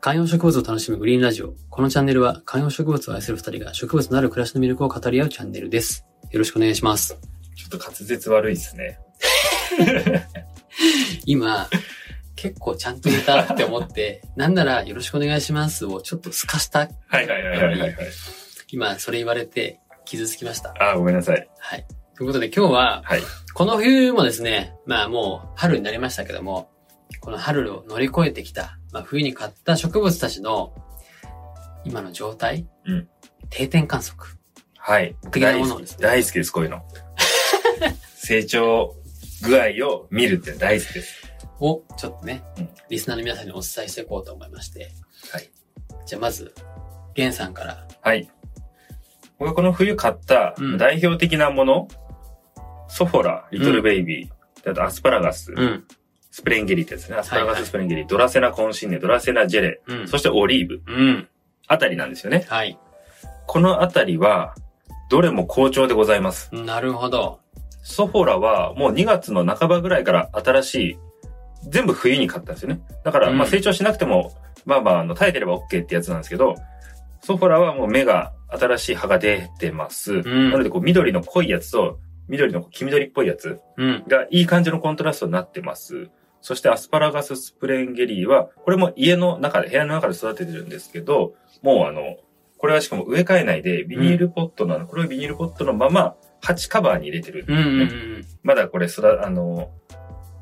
観葉植物を楽しむグリーンラジオ。このチャンネルは観葉植物を愛する二人が植物のある暮らしの魅力を語り合うチャンネルです。よろしくお願いします。ちょっと滑舌悪いですね。今、結構ちゃんと言えたって思って、 なんならよろしくお願いしますをちょっと透かした。はいはいはいはいはいはい。今、それ言われて傷つきました。あーごめんなさい。はい。ということで今日は、はいこの冬もですね、まあもう春になりましたけども、この春を乗り越えてきた、まあ、冬に買った植物たちの今の状態、うん定点観測。はい。的なものをですね大好きです、こういうの。成長具合を見るって大好きです。をちょっとね、うんリスナーの皆さんにお伝えしていこうと思いまして。はい。じゃあまず、ゲンさんから。はい。僕はこの冬買ったうん代表的なもの、ソフォラ、リトルベイビー、あとアスパラガス、ん。スプレンゲリってやつですね。アスパラガはいはスいスプレンゲリ、ドラセナコンシンネ、ドラセナジェレ、うんそ。してオリーブうん。あたりなんですよね。はい。このあたりは、どれも好調でございます。なるほど。ソフォラはもう2月の半ばぐらいから新しい、全部冬に買ったんですよね。だから、うんまあ成長しなくても、まあまあ、あの、耐えてれば OK ってやつなんですけど、ソフォラはもう芽が、新しい葉が出てます。んなので、こう、緑の濃いやつと、緑のこう黄緑っぽいやつうん。がいい感じのコントラストになってます。そして、アスパラガススプレンゲリーは、これも家の中で、部屋の中で育ててるんですけど、もうあの、これはしかも植え替えないで、ビニールポットの、あの、黒いビニールポットのまま、鉢カバーに入れてる。うんうんまだこれ育、あの、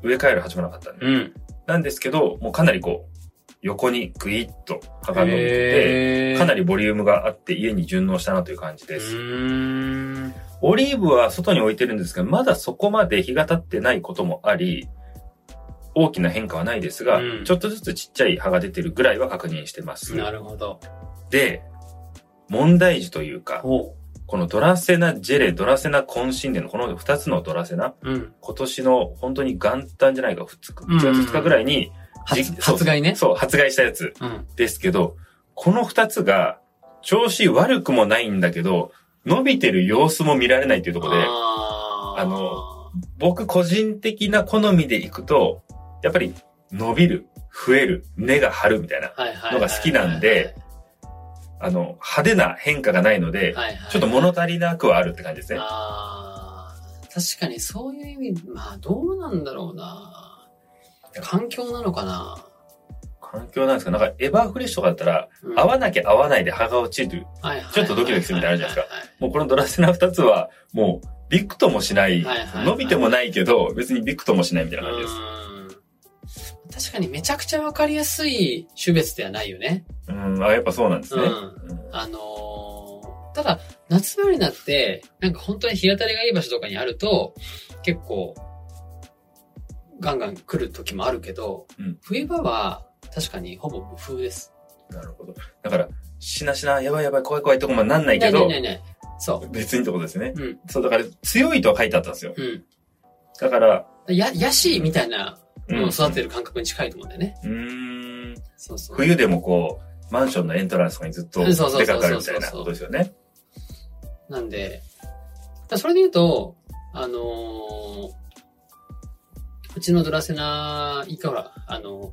植え替える始まらなかったんで。うん。うん。なんですけど、もうかなりこう、横にグイッと葉が伸びてへて、ーかなりボリュームがあって家に順応したなという感じうです。ーん。オリーブは外に置いてるんですが、まだそこまで日が経ってないこともあり、大きな変化はないですが、うんちょっとずつちっちゃい葉が出てるぐらいは確認してます。なるほど。で、問題児というか、おう。このドラセナジェレ、ドラセナコンシンデのこの2つのドラセナ、うん。今年の本当に元旦じゃないか、2日、うん1月2日ぐらいに、発じ発害ね。そう、発売したやつうん。ですけど、この2つが、調子悪くもないんだけど、伸びてる様子も見られないっていうところで、あーあの、僕個人的な好みでいくと、やっぱり伸びる、増える、根が張るみたいな、はいはいはいはいのが好きなんで、あの、派手な変化がないので、はいはい、ちょっと物足りなくはあるって感じですね。あー確かにそういう意味、まあどうなんだろうな。環境なのかな。環境なんですかなんかエバーフレッシュとかだったら、うん合わなきゃ合わないで葉が落ちるはいはいはいちょっとドキドキするみたいなのあるじゃないはいもうこのドラセナ2つは、もう、びくともしない,、はいはいはい伸びてもないけど、別にびくともしないみたいなはい感じです。はいうん確かにめちゃくちゃわかりやすい種別ではないよね。うん、あ、やっぱそうなんですうね。ん。うんあのーただ、夏場になって、なんか本当に日当たりがいい場所とかにあると、結構、ガンガン来る時もあるけど、うん冬場は確かにほぼ無風です。なるほど。だから、しなしな、やばいやばい、怖い怖いとこまでなんないけないどな、いないない。そ別にってことですね。う。うん。そう、だから、強いとは書いてあったんですよ。うだから、ん。や、ヤシみたいなうんのを育てる感覚に近いと思うんだよね。うーん。そうそう。冬でもこう、マンションのエントランスとかにずっとそうそうそう出かかるみたいなことですよね。なんで、だそれで言うと、あのーうちのドラセナ以下ほら、あのー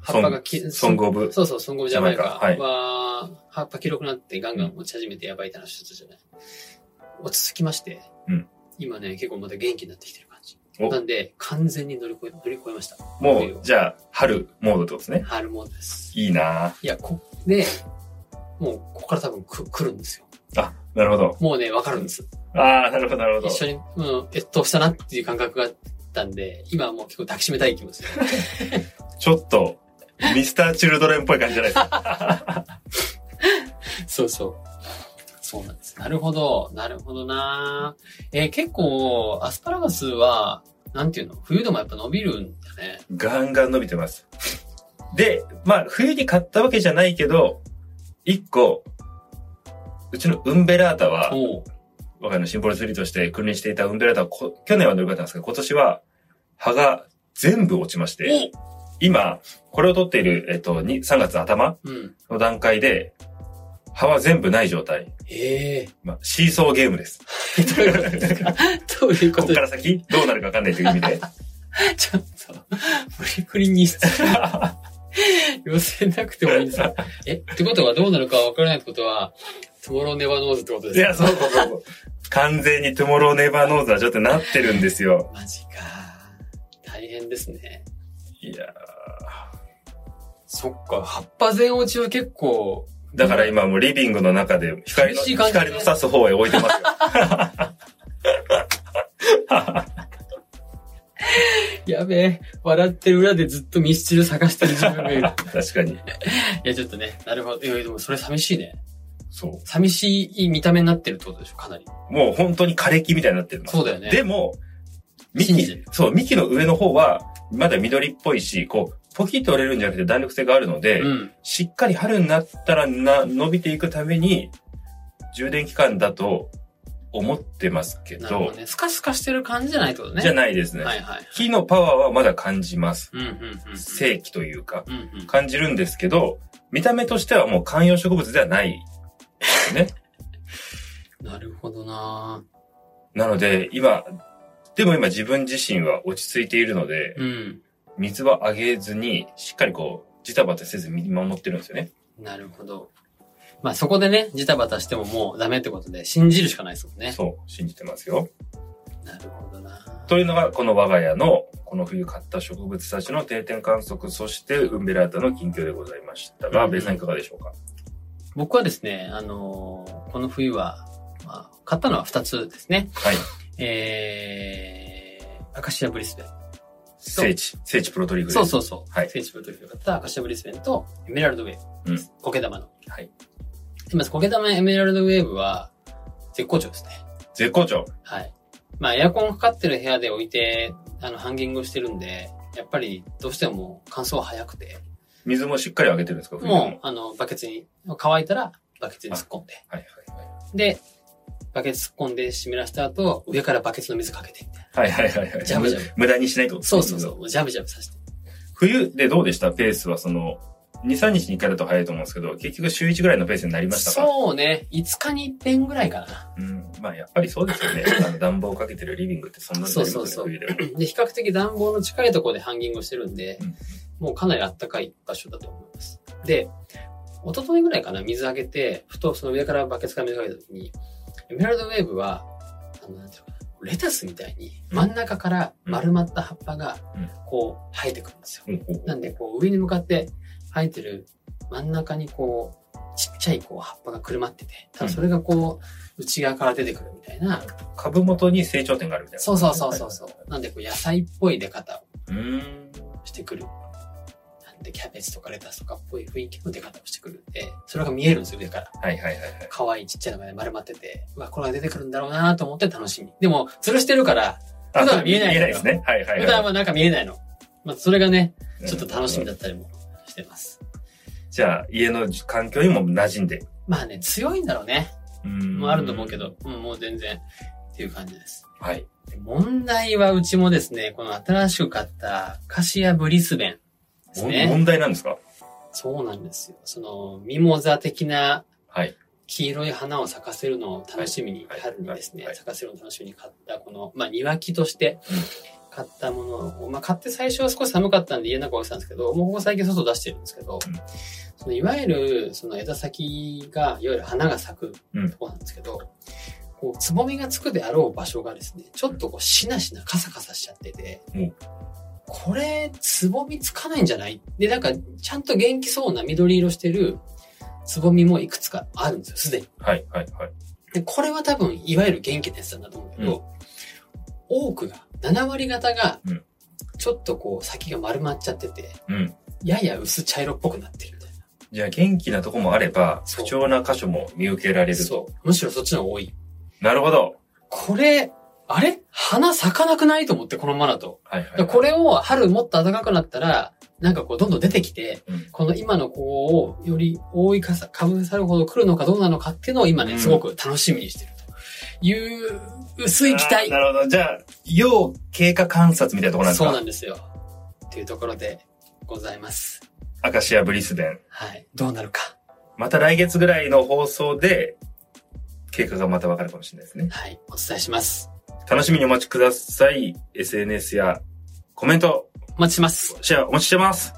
葉っぱがき、ソングオブ。そうそう、ソングオブジャマイカジャマイカは、葉っぱ黄色くなってガンガン落ち始めてやばいって話したじゃない。落ち着きまして、うん今ね、結構また元気になってきてる感じ。おなんで、完全に乗り越え、乗り越えました。もう、じゃあ、春モードってことですね。春もんです。いいなぁいや、こ、で、もう、ここから多分く来るんですよ。あ、なるほど。もうね、わかるんです。ああ、なるほど、なるほど一。緒に、うん、越冬したなっていう感覚があったんで、今はもう結構抱きしめたい気持ち です。ちょっと、ミスターチルドレンっぽい感じじゃないですか。そうそう。そうなんです。なるほど。なるほどなえー結構、アスパラガスは、なんていうの冬でもやっぱ伸びるんだね。 ガンガン伸びてます。で、まあ、冬に買ったわけじゃないけど、一個、うちのウンベラータは、おう我が家のシンボルツリーとして訓練していたウンベラータはこ、去年は伸びかったんですけど、今年は、葉が全部落ちまして、今、これを取っている、えっと、に3月頭おうん。の段階で、葉は全部ない状態。ええまあ、シーソーゲームです。 ー。どういう ことですかどういうこことこから先、どうなるかわかんないという意味で。 ちょっと、無理くりにしつ要請なくてもいいんですよ。えってことはどうなるかわからないってことは、トモローネバノーズってことですいかや、そうそうそうそう。完全にトゥモローネバーノーズはちょっとなってるんですよ。マジか。大変ですね。いやそっか。葉っぱ全落ちは結構、ーだから今もうリビングの中で光の、厳しい感じね光の差す方へ置いてますよ。やべえ、笑ってる裏でずっとミスチル探してる自分がい る。確かに。いや、ちょっとね、なるほど。いや、でもそれ寂しいね。そ寂しい見た目になってるってことでしょ、かなり。う。もう本当に枯れ木みたいになってるの。そうだよね。でも、幹信じるそう、幹の上の方は、まだ緑っぽいし、こう、ポキッと折れるんじゃなくて弾力性があるので、うん。しっかり春になったらな、伸びていくために、充電期間だと思ってますけなるほど、どね。スカスカしてる感じじゃないってことね。じゃないですね。はいはい。木のパワーはまだ感じます。うんうんうんうん。正気というか、うんうん。感じるんですけど、見た目としてはもう観葉植物ではない。ね。なるほどななので、今、でも今自分自身は落ち着いているので、うん。水はあげずに、しっかりこう、ジタバタせず見守ってるんですよね。なるほど。まあそこでね、ジタバタしてももうダメってことで、信じるしかないですもんね。そう、信じてますよ。なるほどなというのが、この我が家の、この冬買った植物たちの定点観測、そして、ウンベラータの近況でございましたが、うんベイさんいかがでしょうか僕はですね、あのーこの冬は、まあ、買ったのは2つですね。はい。えー、アカシアブリスベン。聖地、聖地プロトリーグです。そうそうそう。はい選手の時に買ったアカシアブリスベンとエメラルドウェーブです。苔玉の。はい。でまず苔玉エメラルドウェーブは絶好調ですね。絶好調。はい。まあエアコンかかってる部屋で置いて、あの、ハンギングをしてるんで、やっぱりどうしても乾燥は早くて、水もしっかりあげてるんですか冬でも。もう、あの、バケツに、乾いたらバケツに突っ込んで、はいはいはい。で、バケツ突っ込んで湿らした後、上からバケツの水かけてみたいな。はいはいはいはい。ジャブジャブ無駄にしないってことですそねうそうそう、。もうジャブジャブさせて。冬でどうでしたペースはその、2、3日に1回だと早いと思うんですけど、結局週1ぐらいのペースになりましたかそうね、5日に一遍ぐらいかな。うん。まあやっぱりそうですよ ね。あの暖房かけてるリビングってそんなになりますそうよそうね、そう冬でも。で、比較的暖房の近いところでハンギングをしてるんで、うんもうかなり暖かい場所だと思います。で、一昨日ぐらいかな、水あげて、ふとその上からバケツから水かけた時に、エメラルドウェーブは、あの、なんていうのかな、レタスみたいに真ん中から丸まった葉っぱがうん、こう生えてくるんですよ。ほうほうほうなんで、こう上に向かって生えてる真ん中にこう、ちっちゃいこう葉っぱがくるまってて、ただそれがこう、内側から出てくるみたいな、株元に成長点があるみたいな。そうそうそうそうそう。なんで、こう野菜っぽい出方をうーん。してくる。なんで、キャベツとかレタスとかっぽい雰囲気の出方をしてくるんで、それが見えるんですよ、上から。はいはいはいはい。可愛いちっちゃいのがね丸まってて、うわ、これが出てくるんだろうなと思って楽しみ。でも、吊るしてるから、普段は見えない見えないですね。はいはい普は段い。はなんか見えないの。まあ、それがね、うんちょっと楽しみだったりもしてます。じゃあ、家の環境にも馴染んで。まあね、強いんだろうね。うんもうあると思うけ。ど、うん、もう全然、っていう感じです。はい。で問題はうちもですね、この新しく買ったカシアブリスベンですもね。問題なんですかそうなんですよ。その、ミモザ的なはい。黄色い花を咲かせるのを楽しみに、はい春にですね、はい咲かせるのを楽しみに買った、この、まあ、庭木として買ったものを、まあ、買って最初は少し寒かったんで家の中置いてたんですけど、もうここ最近外出してるんですけど、うんそのいわゆる、その枝先が、いわゆる花が咲くうんところなんですけど、こう、つぼみがつくであろう場所がですね、ちょっとこう、しなしなカサカサしちゃってて、うんこれ、つぼみつかないんじゃないで、なんか、ちゃんと元気そうな緑色してるつぼみもいくつかあるんですよ、すでに。はいはいはい。で、これは多分、いわゆる元気なやつだなと思うけど、多くが、7割方がうん、ちょっとこう、先が丸まっちゃってて、うん。やや薄茶色っぽくなってるみたいな。じゃあ、元気なとこもあれば、そ不う調な箇所も見受けられると。そう。むしろそっちの方が多い。なるほど。これ、あれ花咲かなくないと思って、このままだと。はいはいはでい。これを春もっと暖かくなったら、なんかこう、どんどん出てきて、うんこの今の子をより覆いかさ、かぶさるほど来るのかどうなのかっていうのを今ね、うんすごく楽しみにしてるという、薄い期あー待な。るほど。じゃあ、要経過観察みたいなところなんですそうかなんですよ。っていうところでございます。アカシアブリスベン。はい。どうなるか。また来月ぐらいの放送で、経過がまたわかるかもしれないですね。はい。お伝えします。楽しみにお待ちください。SNS やコメント、お待ちします。シェアお待ちしてます。